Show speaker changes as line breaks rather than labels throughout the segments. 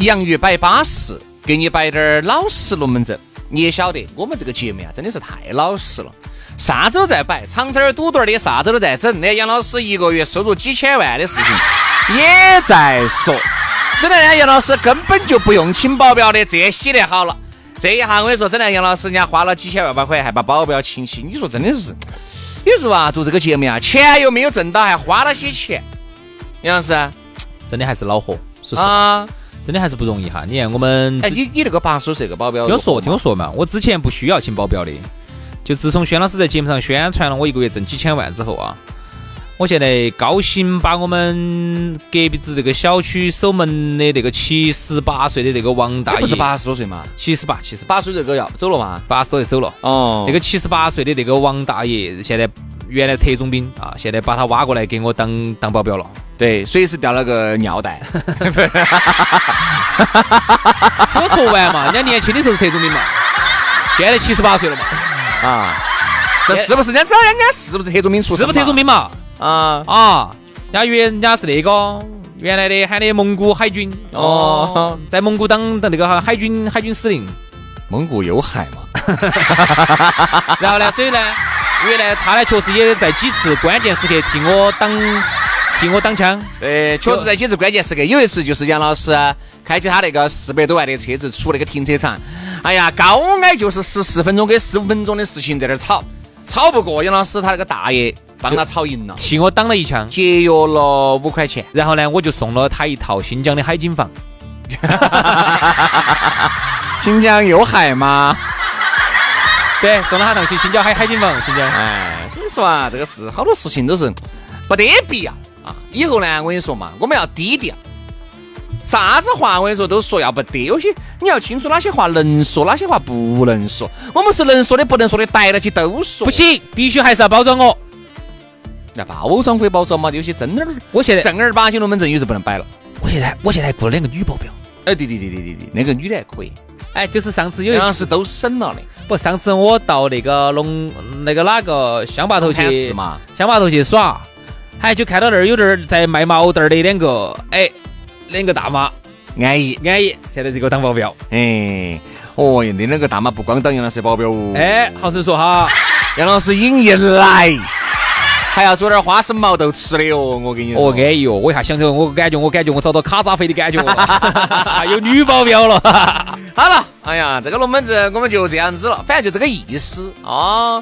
洋芋摆巴适，给你摆点儿老实龙门阵。你也晓得，我们这个节目呀、真的是太老实了，啥子都在摆，长腿儿赌对儿的啥子都在整。那杨老师一个月收入几千万的事情也在说，真的呢，杨老师根本就不用请保镖的，这洗得好了。这一下我跟你说，真的，杨老师人家花了几千万把块，还把保镖请起，你说真的是，有时候啊，做这个节目呀、钱又没有挣到，还花了些钱，杨老师啊
真的还是恼火，说实话，
啊，
真的还是不容易哈。你看我们
哎，你你那个八叔这个保镖，
听我说，听我说嘛，我之前不需要请保镖的，就自从轩老师在节目上宣传了我一个月挣几千万之后啊，我现在高薪把我们隔壁子这个小区守门的那个七十八岁的那个王大
也
爷，
不是八十多岁嘛，
七十八，七十八，
八岁这个要走了嘛？
八十多就走了。
哦
那个七十八岁的那个王大爷，现在原来特种兵啊，现在把他挖过来给我当当保镖 了。
对，随时掉了个尿袋。
听我说完嘛，人家年轻的时候是特种兵嘛，现在七十八岁了嘛，
啊， 这是不是？人家知道人家是不是特种兵出
是
身
不
嘛？
是特种兵嘛？
啊？
啊，人家原人家是那个原来的喊的蒙古海军
哦
哦，在蒙古当当那个海军海军司令，
蒙古有海嘛？
然后呢，所以呢，原来他呢确实也在几次关键时刻替我挡替我挡枪，
对，确实在几次关键时刻，有一次就是杨老师开起他那个四百多万的车子出那个停车场，哎呀，高矮就是十四分钟跟十五分钟的事情在那儿吵，吵不过杨老师他那个大爷帮他吵赢了，
替我挡了一枪。
节约了五块钱。
然后呢，我就送了他一套新疆的海景房，
新疆有海吗？
对，送了他套新新疆海海景房，新疆。
哎，所以说啊，这个事好多事情都是不得必要啊。以后呢，我跟你说嘛，我们要低调，啥子话我跟你说都说要不得。有些你要清楚哪些话能说，哪些话不能说。我们是能说的，不能说的，逮到起都说。
不，行，必须还是要包装我。
那包装归包装嘛，有些真的
我现在，
正儿八经龙门阵语是不能摆了。
我现在，我现在雇了两个女保镖。
哎，对对对对对对，那个女的还可以，
哎，就是上次有一
杨老师都省了的，
不，上次我到那个龙那个哪个乡坝头
喊
去
是，嘛？
乡坝头去耍，哎，就看到那儿有点儿在卖毛蛋儿的两个，哎，两个大妈，
安逸，
安逸，现在这个当保镖，
哎，哦，那那个大妈不光当杨老师保镖哦，
哎，好生说哈，
杨老师瘾一来，还要做点花生毛豆吃的哟。我跟你说，
哦，安逸哦，我一下想起来，我感觉我感觉我找到卡扎菲的感觉了， 有女保镖了，
好了，哎呀，这个龙门阵我们就这样子了，反正就这个意思啊。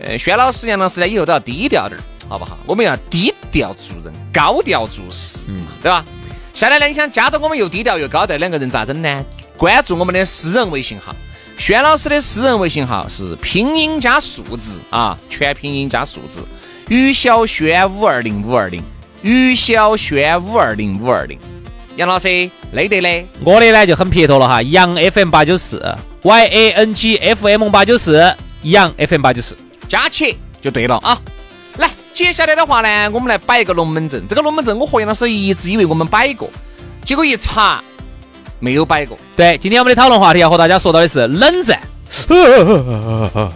呃，轩老师、杨老师呢，以后都要低调点儿，好不好？我们要低调做人，高调做事，嗯，对吧？下来呢，你想加到我们又低调又高调两个人咋整呢？关注我们的私人微信号，轩老师的私人微信号是拼音加数字啊，全拼音加数字，于小轩五二零五二零，于小轩五二零五二零。杨老师，累得嘞。
我的呢就很撇脱了哈，杨 FM 八九四，Y A N G F M 八九四，杨 FM 八九四，
加起就对了啊。来，接下来的话呢，我们来摆一个龙门阵。这个龙门阵，我和杨老师一直以为我们摆过，结果一查没有摆过。
对，今天我们的讨论话题要和大家说到的是冷战。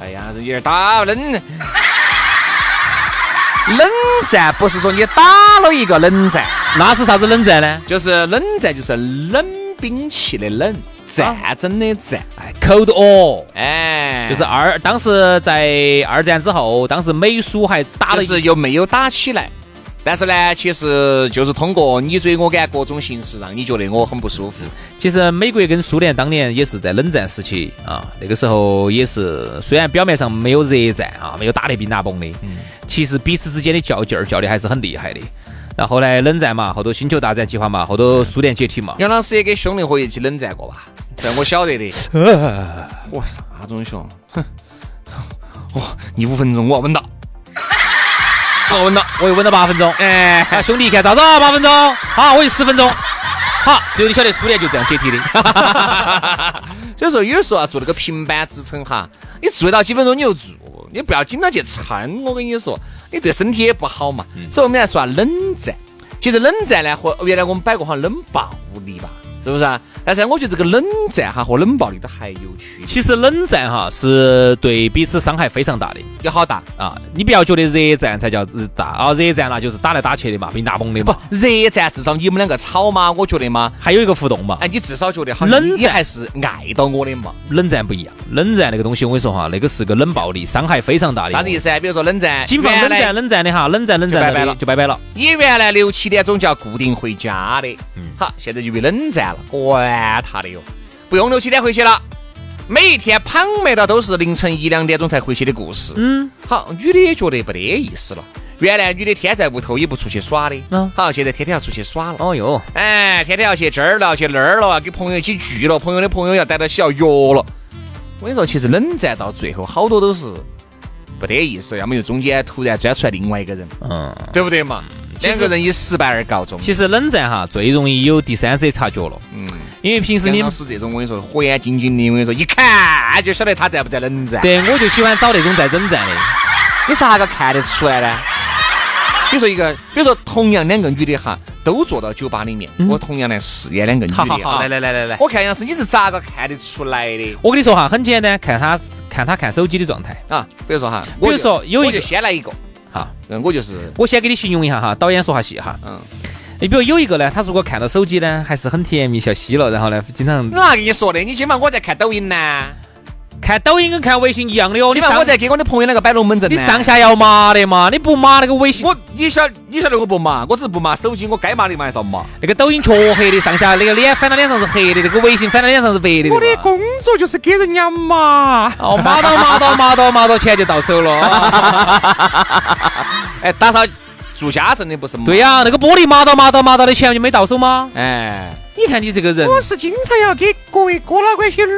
哎呀，这有点打冷。 冷战不是说你打了一个冷战，
那是啥子冷战呢？
就是冷战就是冷兵器的冷，战争的战。
哎，Cold War，
哎，
啊就是二，当时在二战之后，当时美苏还打了
就
一，
是又没有打起来，但是呢，其实就是通过你追我赶各种形式，让你觉得我很不舒服。
其实美国跟苏联当年也是在冷战时期啊，那个时候也是虽然表面上没有热战啊，没有打得兵拿崩的，
嗯
其实彼此之间的较劲儿较的还是很厉害的。然后呢，冷战嘛，后头星球大战计划嘛，后头苏联解体嘛，
杨老师也跟兄弟伙一起冷战过吧？这我晓得的。我啥东西哦？哼， 哇，你五分钟我要稳到，
我稳了，我又稳了八分钟。
哎，
啊，兄弟，你看咋子啊？八分钟，好，我就十分钟，好，最后你晓得苏联就这样解体的。
所以说，有的时候啊，做那个平板支撑哈，你做到几分钟你就做，你不要紧到去撑。我跟你说，你对身体也不好嘛。所以我们来说下啊冷战，其实冷战呢和原来我们摆过哈冷暴力吧，是不是啊？但是我觉得这个冷战哈和冷暴力都还有区别，
其实冷战哈是对彼此伤害非常大的
有好大。
啊，你不要觉得热战才叫日大啊，热战那就是打来打去的嘛，兵打猛的
不
嘛。，
热战至少你们两个吵嘛，我觉得嘛，
还有一个互动嘛，
哎，你至少觉得好，
冷
你
战
还是爱到我的嘛。
冷战不一样，冷战那个东西我跟你说哈，那个是个冷暴力，伤害非常大的。
啥子意？思啊？比如说冷战，
哎警方冷
原来
战冷战的哈，冷战冷战
就拜拜
的
了
就拜拜了。
你原来六七点钟就要固定回家的，
嗯
好，现在就被冷战了，管他的哟，不用六七点回去了。每一天旁白的都是凌晨一两点钟才回去的故事。
嗯，
好，女的也觉得没得意思了。原来女的天在屋头也不出去耍的，
嗯
好，现在天天要出去耍了。
哦哟，
哎，天天要去这儿了，去那儿了，跟朋友一起聚了，朋友的朋友要逮到起要约了。我跟你说，其实冷战到最后，好多都是不得意思，要么就中间突然钻出来另外一个人，
嗯，
对不对嘛？两个人以失败而告终。
其实冷战哈最容易有第三者察觉了，
嗯，
因为平时
杨
你
老
们
师这种，我跟你说，火眼金睛的，我跟你说，一看哎就晓得他在不在冷战。，
对我就喜欢找那种在冷战的。
嗯你咋个看得出来呢？比如说一个，比如说同样两个女的哈，都坐到酒吧里面，我同样来试验两个女
嗯
的
好
啊。
好好，来来来来来，
我看杨老师你是咋个看得出来的？
我跟你说哈，很简单，看他看他看手机的状态。
啊，比如说哈，
比如说有一
我就
个
先来一个，
哈，
嗯，我就是，
我先给你形容一下哈，导演说下戏哈。
嗯，
你比如有一个呢，他如果看到手机呢，还是很甜蜜笑嘻了，然后呢，经常
哪跟你说的？你今晚我在看抖音呢，
看抖音跟看微信一样的哦。你
今晚
上
我在给我的朋友两个摆龙门阵
你
呢。
上下要麻的嘛，你不麻那个微信，
我，你晓你晓得我不骂，我只是不骂手机，我该骂的骂还是要骂。
那个抖音黢黑的，上下那个脸翻到脸上是黑的，那个微信翻到脸上是白的。对吧
工作就是给人家骂。
哦，麻到麻到麻到麻到，钱就到手了。 啊
哎，打扫住家政的不是骂。
对、呀，那个玻璃麻到麻到麻到的钱就没到手吗？
哎，
你看你这个人，
是经常要给各位哥老倌些捋。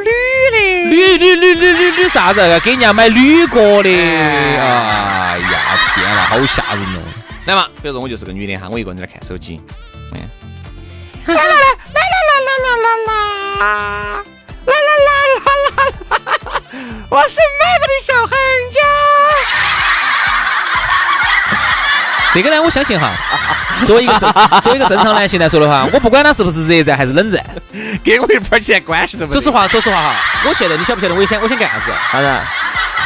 捋捋捋捋捋捋啥子？啊给人家买铝锅的。
哎
哎呀，天哪，好吓人哦！
来嘛，比如说我就是个女的哈，我一个人在那看手机。哎，啦啦啦啦啦啦啦啦啦啦啦啦啦啦！我是美国的小孩儿家。
这个呢，我相信哈，作为一个正 作为一个正常男性来说的话，我不管他是不是热战还是冷战，
跟我一分钱关系都没
说
有。
实话，说实话哈，我现在你晓不晓得我想我想干啥子？
当然，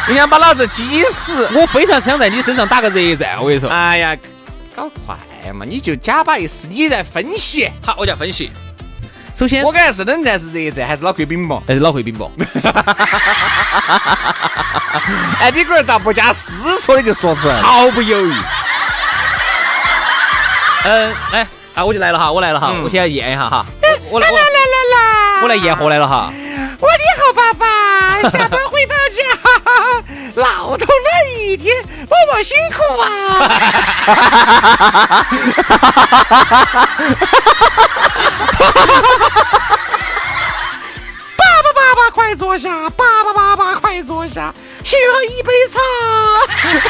你想把老子急死？
我非常想在你身上打个热战，我跟你说。
哎呀，搞快嘛！你就假把意思，你在分析。
好，我就要分析。首先
我，感觉是冷战是热战还是老贵宾嘛？
哎，老会冰雹，
哎，你龟儿咋不加思索的就说出来了？
毫不犹豫。嗯，来啊，我就来了哈，我来了哈，我先验一下哈。我我来来来啦！我来验货来了哈。
我的好爸爸，下班回到家，哈哈哈劳动了一天，爸爸辛苦啊！
爸爸爸爸快坐下，爸爸爸爸快坐下，请喝一杯茶。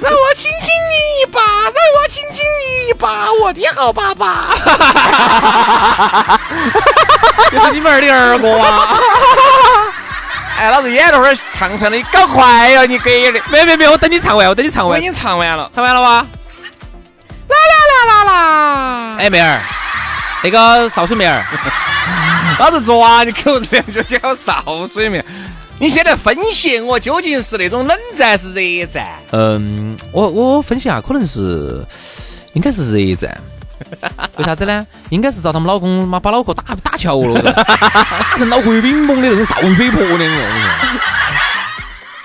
让我亲亲你一把，让我亲亲你一把，我的好爸爸。
这是你们二的二哥 啊！
哎，老子演了会儿唱出来的，搞
哎
快哟、你给的！
没有没有没有，我等你唱完，我等你唱
我
完
已。经唱完了，
唱完了吧？
啦啦啦啦，
哎，妹儿，那个少数妹儿，
老子抓你口子两脚脚少水面。你现在分析我究竟是那种冷战是热战？
啊 嗯，我我分析下，可能是应该是热战，为啥子呢？应该是遭他们老公妈把脑壳打打翘 了，打成脑壳有冰崩的那种上水婆娘哦。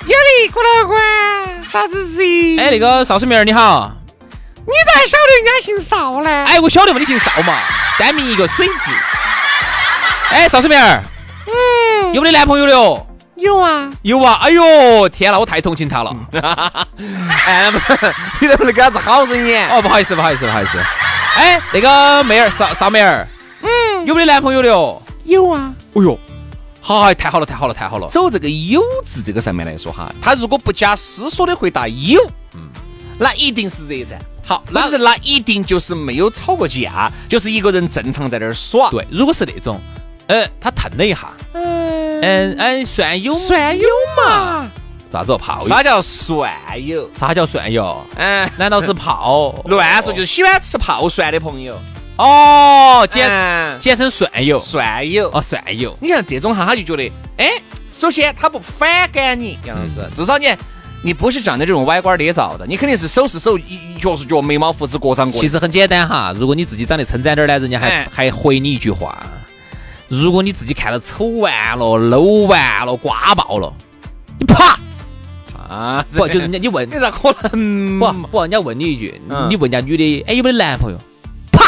有理，郭老官，啥子事？
哎，那个邵水妹儿你好，
你咋晓得人家姓邵呢？
哎，我晓得嘛，你姓邵嘛，单名一个水字。哎，邵水妹儿，
嗯，
有没得男朋友的哦？
有啊，
有啊，嗯哎呦，天哪，我太同情他了。
哎，不 是你能不能给他子好声音？
哦，不好意思，不好意思，不好意思。哎，那个妹儿，邵邵妹儿，嗯，有没得男朋友的哦？
有啊，
哎呦，嗨，太好了，太好了，太好了。
走这个“有”字这个上面来说哈，他如果不假思索的回答“有”，嗯，那一定是热战。
好，
那
那
是那一定就是没有吵过架，就是一个人正常在那儿耍。，
对，如果是那种，呃，他腾了一下，
呃
嗯，
嗯嗯，算有
算有嘛，
啥子泡友？
啥叫蒜友？
啥叫算有？
嗯，
难道是泡？
乱说就是喜欢吃泡蒜的朋友，
哎哦，简
简
简称算有。
蒜友。
哦，算有。
你像这种哈，他就觉得，哎，首先他不反感你，杨老
嗯
师，至少你你不是长得这种歪瓜裂枣的，你肯定是手是手，一一脚是脚，眉毛胡子各长各
其
的。
实很简单哈，如果你自己长得称赞点儿呢，人家还
哎
还回你一句话。如果你自己看到丑完了、搂完了、刮爆了，你啪
啊，
不就人家你问
你咋可能？
不不，人家问你一句，
嗯
你问人家女的，哎有没有男朋友？啪，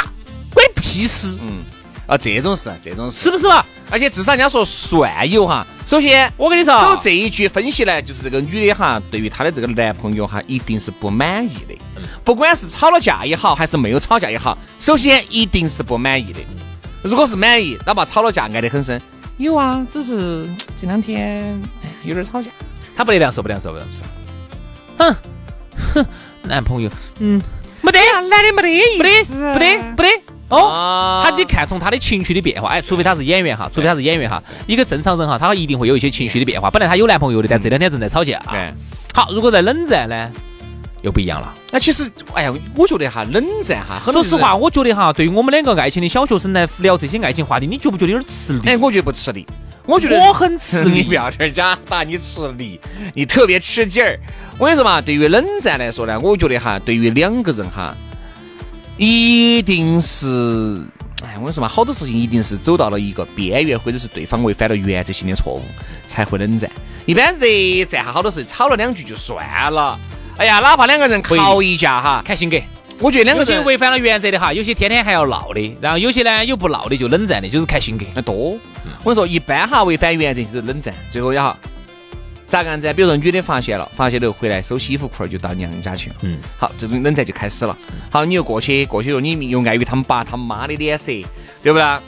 关你屁事，
嗯，啊，这种事，这种事
是，不是嘛？
而且至少人家说蒜友哈，首先。
我 跟你说，
走这一句分析呢，就是这个女的哈，对于她的这个男朋友哈，一定是不满意的。不管是吵了架也好，还是没有吵架也好，首先一定是不满意的。如果是满意，哪怕吵了架，爱得很深，有啊，只是这两天哎有点吵架。
他不得凉说，不凉说，不凉说。哼，哼， 男朋友，嗯，没得，
男的没得
没
意
得，
思，
没得，没得。哦，
啊
他得看从他的情绪的变化，哎，除非他是演员哈，除非他是演员哈，一个正常人哈，他一定会有一些情绪的变化。本来他有男朋友的，但这两天正在吵架。
嗯对，
好，如果在冷战呢，又不一样了。
那其实，哎呀，我觉得哈，冷战哈，很多
说实话，，我觉得哈，对于我们两个爱情的小学生来聊这些爱情话题，你觉不觉得有点吃力？
哎，我觉得不吃力，我觉得
我很吃力
你
啊
不。要在家打你吃力，你特别吃劲儿。我跟你说嘛，对于冷战来说呢，我觉得哈，对于两个人哈，一定是，哎，我跟你说嘛，好多事情一定是走到了一个边缘，或者是对方违反了原则性的错误才会冷战。一般热战哈，好多事情吵了两句就算了。哎呀，哪怕两个人
一定
吵一架哈，
看性格，
我觉得两个
有些
人
违反了原则的哈，有些天天还要闹的，然后有些呢又不闹的就冷战的，就是看性格。
那多。
嗯
我跟你说，一般哈违反原则就是冷战，最后也哈咋个样子啊？比如说女的发现了，发现了回来收洗衣服裤儿就到娘家去了。
嗯，
好，这种冷战就开始了。好，你又过去，过去了你又碍于他们爸他妈的脸色，对不啦？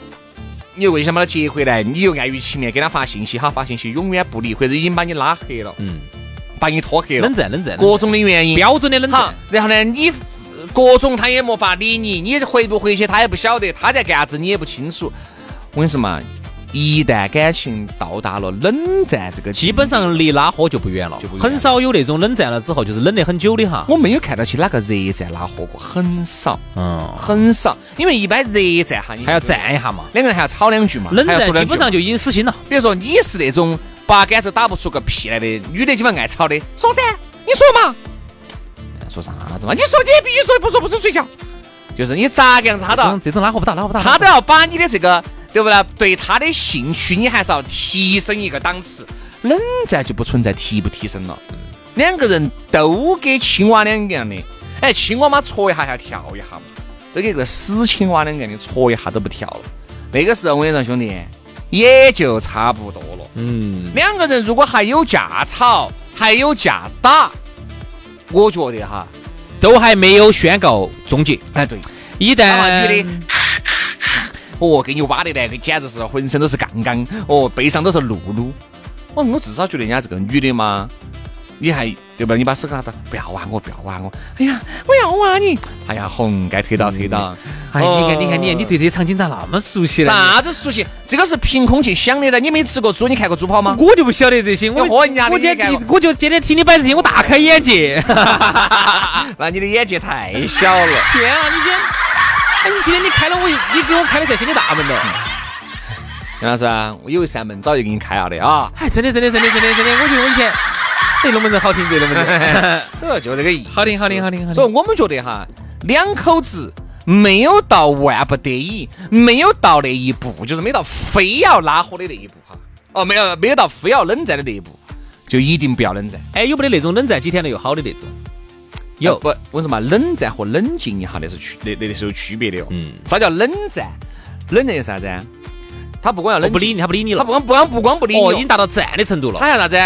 你又过去想把他接回来，你又碍于情面给他发信息，哈，发信息永远不理，或者已经把你拉黑了，
嗯，
把你拖黑了
冷，战冷战，冷战
各种的原因。
标准的冷
好
战。，
然后呢，你呃各种他也没法理你，你回不回去他也不晓得，他在干啥子你也不清楚。我跟你说嘛，一旦感情到达了冷战这个，
基本，上离拉豁就不远了
就不，远
很少有那种冷战了之后就是冷得很久的哈。
我没有看到起哪个热战拉火过，很少
嗯，
很少，因为一般热战哈，你
还要站一下嘛。
两个人还要吵两句嘛，
冷
还要
战
说两
基
句
本
嘛
上就已经死心了。
比如说你是那种八竿子打不出个屁来的，女的基本上爱吵的，
说噻，你说嘛，
哎
说啥子嘛？
你
你
说你必须说，不说不准睡觉。
就是你咋个样子他
这
都要
种这种拉豁不大，拉豁不大。
他
拉
都
火
要把你的这个，对不对？对他的兴趣，你还是要提升一个档次。冷战就不存在提不提升了，两个人都跟青蛙两个样的。哎，青蛙嘛，戳一下还要跳一下嘛，都跟个死青蛙两个样的，戳一下都不跳了。那个时候我跟你说，兄弟，也就差不多了。
嗯，
两个人如果还有架吵，还有架打，我觉得哈，
都还没有宣告终结。
哎对，
一
啊，
旦
女的， 哦，给你挖的那个简直是浑身都是杠杠，哦，背上都是露露。哦，我至少觉得人家这个女的嘛，你还对吧？你把手给她打，不要挖我，不要挖我。哎呀，我要挖你。哎呀，红该推倒推倒。
哎，你看，你看，你看，你对这些场景咋那么熟悉呢？
哦啥子熟悉？这个是凭空去想的噻。你没吃过猪，你看过猪跑吗？
我就不晓得这些，我
要喝人家的
我今
你看
天
我
我就今天听你摆这些，我大开眼界。
那你的眼界太小了。
天啊，你今天，哎，你今天你开了我，你给我开了这些的大门了。
嗯杨老师啊，我有一扇门早就给你开了的啊，
哎，真的，真的，真的，真的，真的，我觉得我以前这龙门阵好听，这龙门阵。
这就这个意思。
好的好的好的好的
所以我们觉得哈，两口子没有到万不得已，没有到那一步，就是没到非要拉火的那一步哈。哦，没有没有到非要冷战的那一步，就一定不要冷战。
哎，有没得那种冷战几天了又好的那种？有
不？我说嘛，冷战和冷静一下那是区那那那是有区别的哦。嗯，啥叫冷战？冷战是啥子啊？他不光要
我
冷
不理
静
你，他不理你了。
他不光不光不光不理你哎
哦，
哦，
已经达到战的程度了。哎
他要啥子？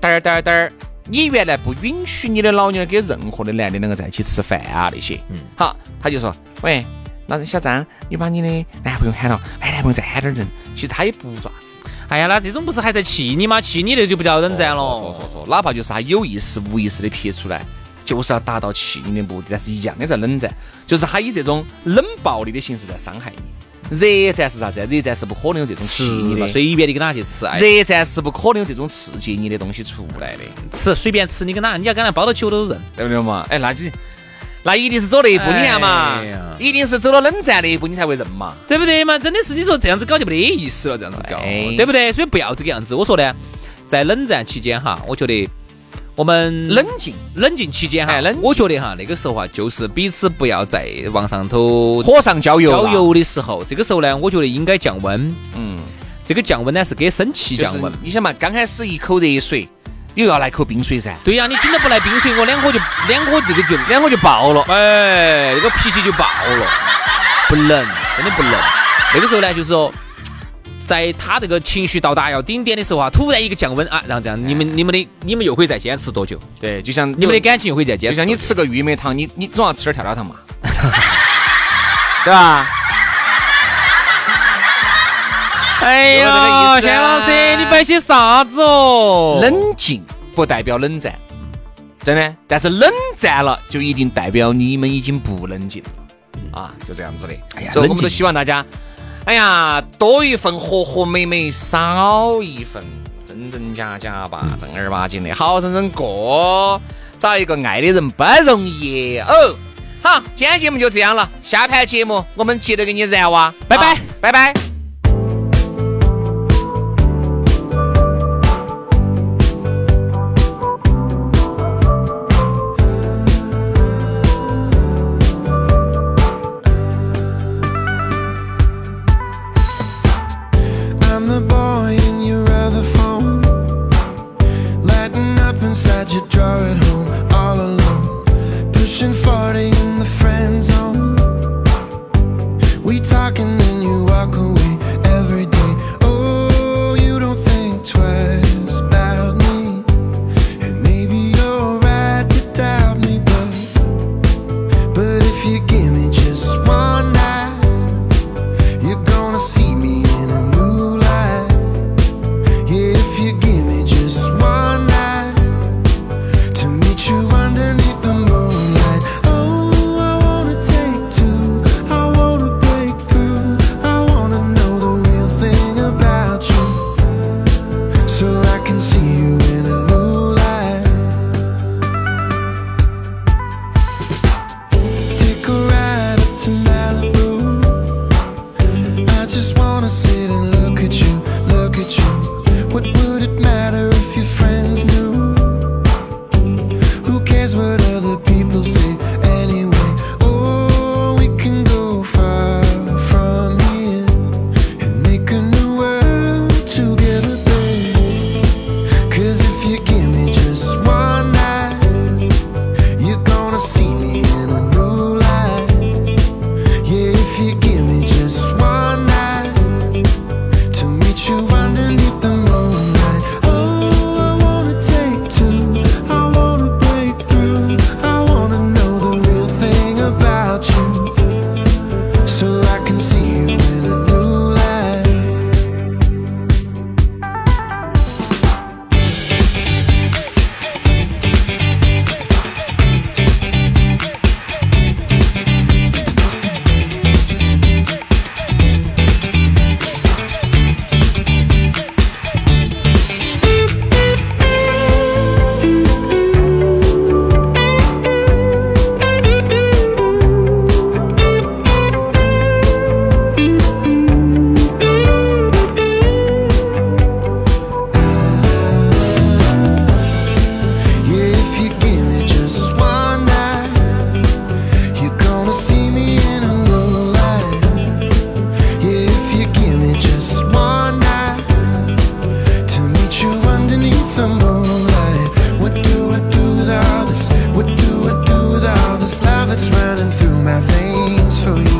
嘚儿嘚儿嘚儿，你原来不允许你的老娘儿跟任何的男的两个在一起吃饭啊那些，嗯，好，他就说，喂，那小张，你把你的男朋友喊了，哎，男朋友再喊点儿人，其实他也不爪子，
哎呀，那这种不是还在气你吗？气你那就不叫冷战
错错
了。
错，哪怕就是他有意识无意识的撇出来。就是要达到气你的目的，但是一样的在冷战，就是他以这种冷暴力的形式在伤害你。热战是啥子啊？热战是不可能有这种气
吃
你
嘛，
的，
随便你跟哪去吃，哎，
热战是不可能有这种刺激你的东西出来的。
吃随便吃，你跟哪，你要跟他包到球都认。
对不对嘛？哎，那就那一定是走那一步，你看嘛
哎呀，
一定是走到冷战那一步，你才会认嘛。
对不对嘛？真的是你说这样子搞就没得意思了，这样子搞，
哎
对不对？所以不要这个样子。我说呢，在冷战期间哈，我觉得我们
冷静，
冷静期间哈
哎冷，静
我觉得哈，那个时候啊，就是彼此不要再往上头
火上浇油，啊
浇，油的时候，这个时候呢，我觉得应该降温。
嗯，
这个降温呢是给生气
就是
降温。
你想嘛，刚开始一口热水，又要来口冰水噻，
对呀、你今天不来冰水，我两个就两个这个就
两个就爆了。
哎，那个脾气就爆了，不能，真的不能。那个时候呢，就是说，在他这个情绪到达要顶点的时候啊，突然一个降温啊，然后这样你
哎
们你们的你们又可以再坚持多久？
对，就像
你们的感情又可以再坚
嗯就
持多
像
久？
你吃个玉米糖，你你总要吃点跳跳糖 嘛，对吧？
哎
有这个意思啊
些啥子哦
冷静不代表冷战，真的。但是冷战了，就一定代表你们已经不冷静了啊，就这样子的。哎呀所以我
冷
们
静
都希望大家，哎呀，多一份和和美美，少一份真真假假吧，正儿八经的，好生生过，找一个爱的人不容易哦。好，今天节目就这样了，下盘节目我们接着给你燃哇，拜拜，拜拜。
I'm the boy in your other phone. Lighting up inside your drawer at home, all alone. Pushing 40 in the friend zone. We talk and then you walk away every day. Oh, you don't think twice about me. And maybe you're right to doubt me, but. But if you give me just one night. You're gonna see me in a new light. Yeah, if you give me just one night to meet you underneath the moonlight. Oh, I wanna take two. I wanna break through. I wanna Oh, Oh, my veins for you. Mm-hmm.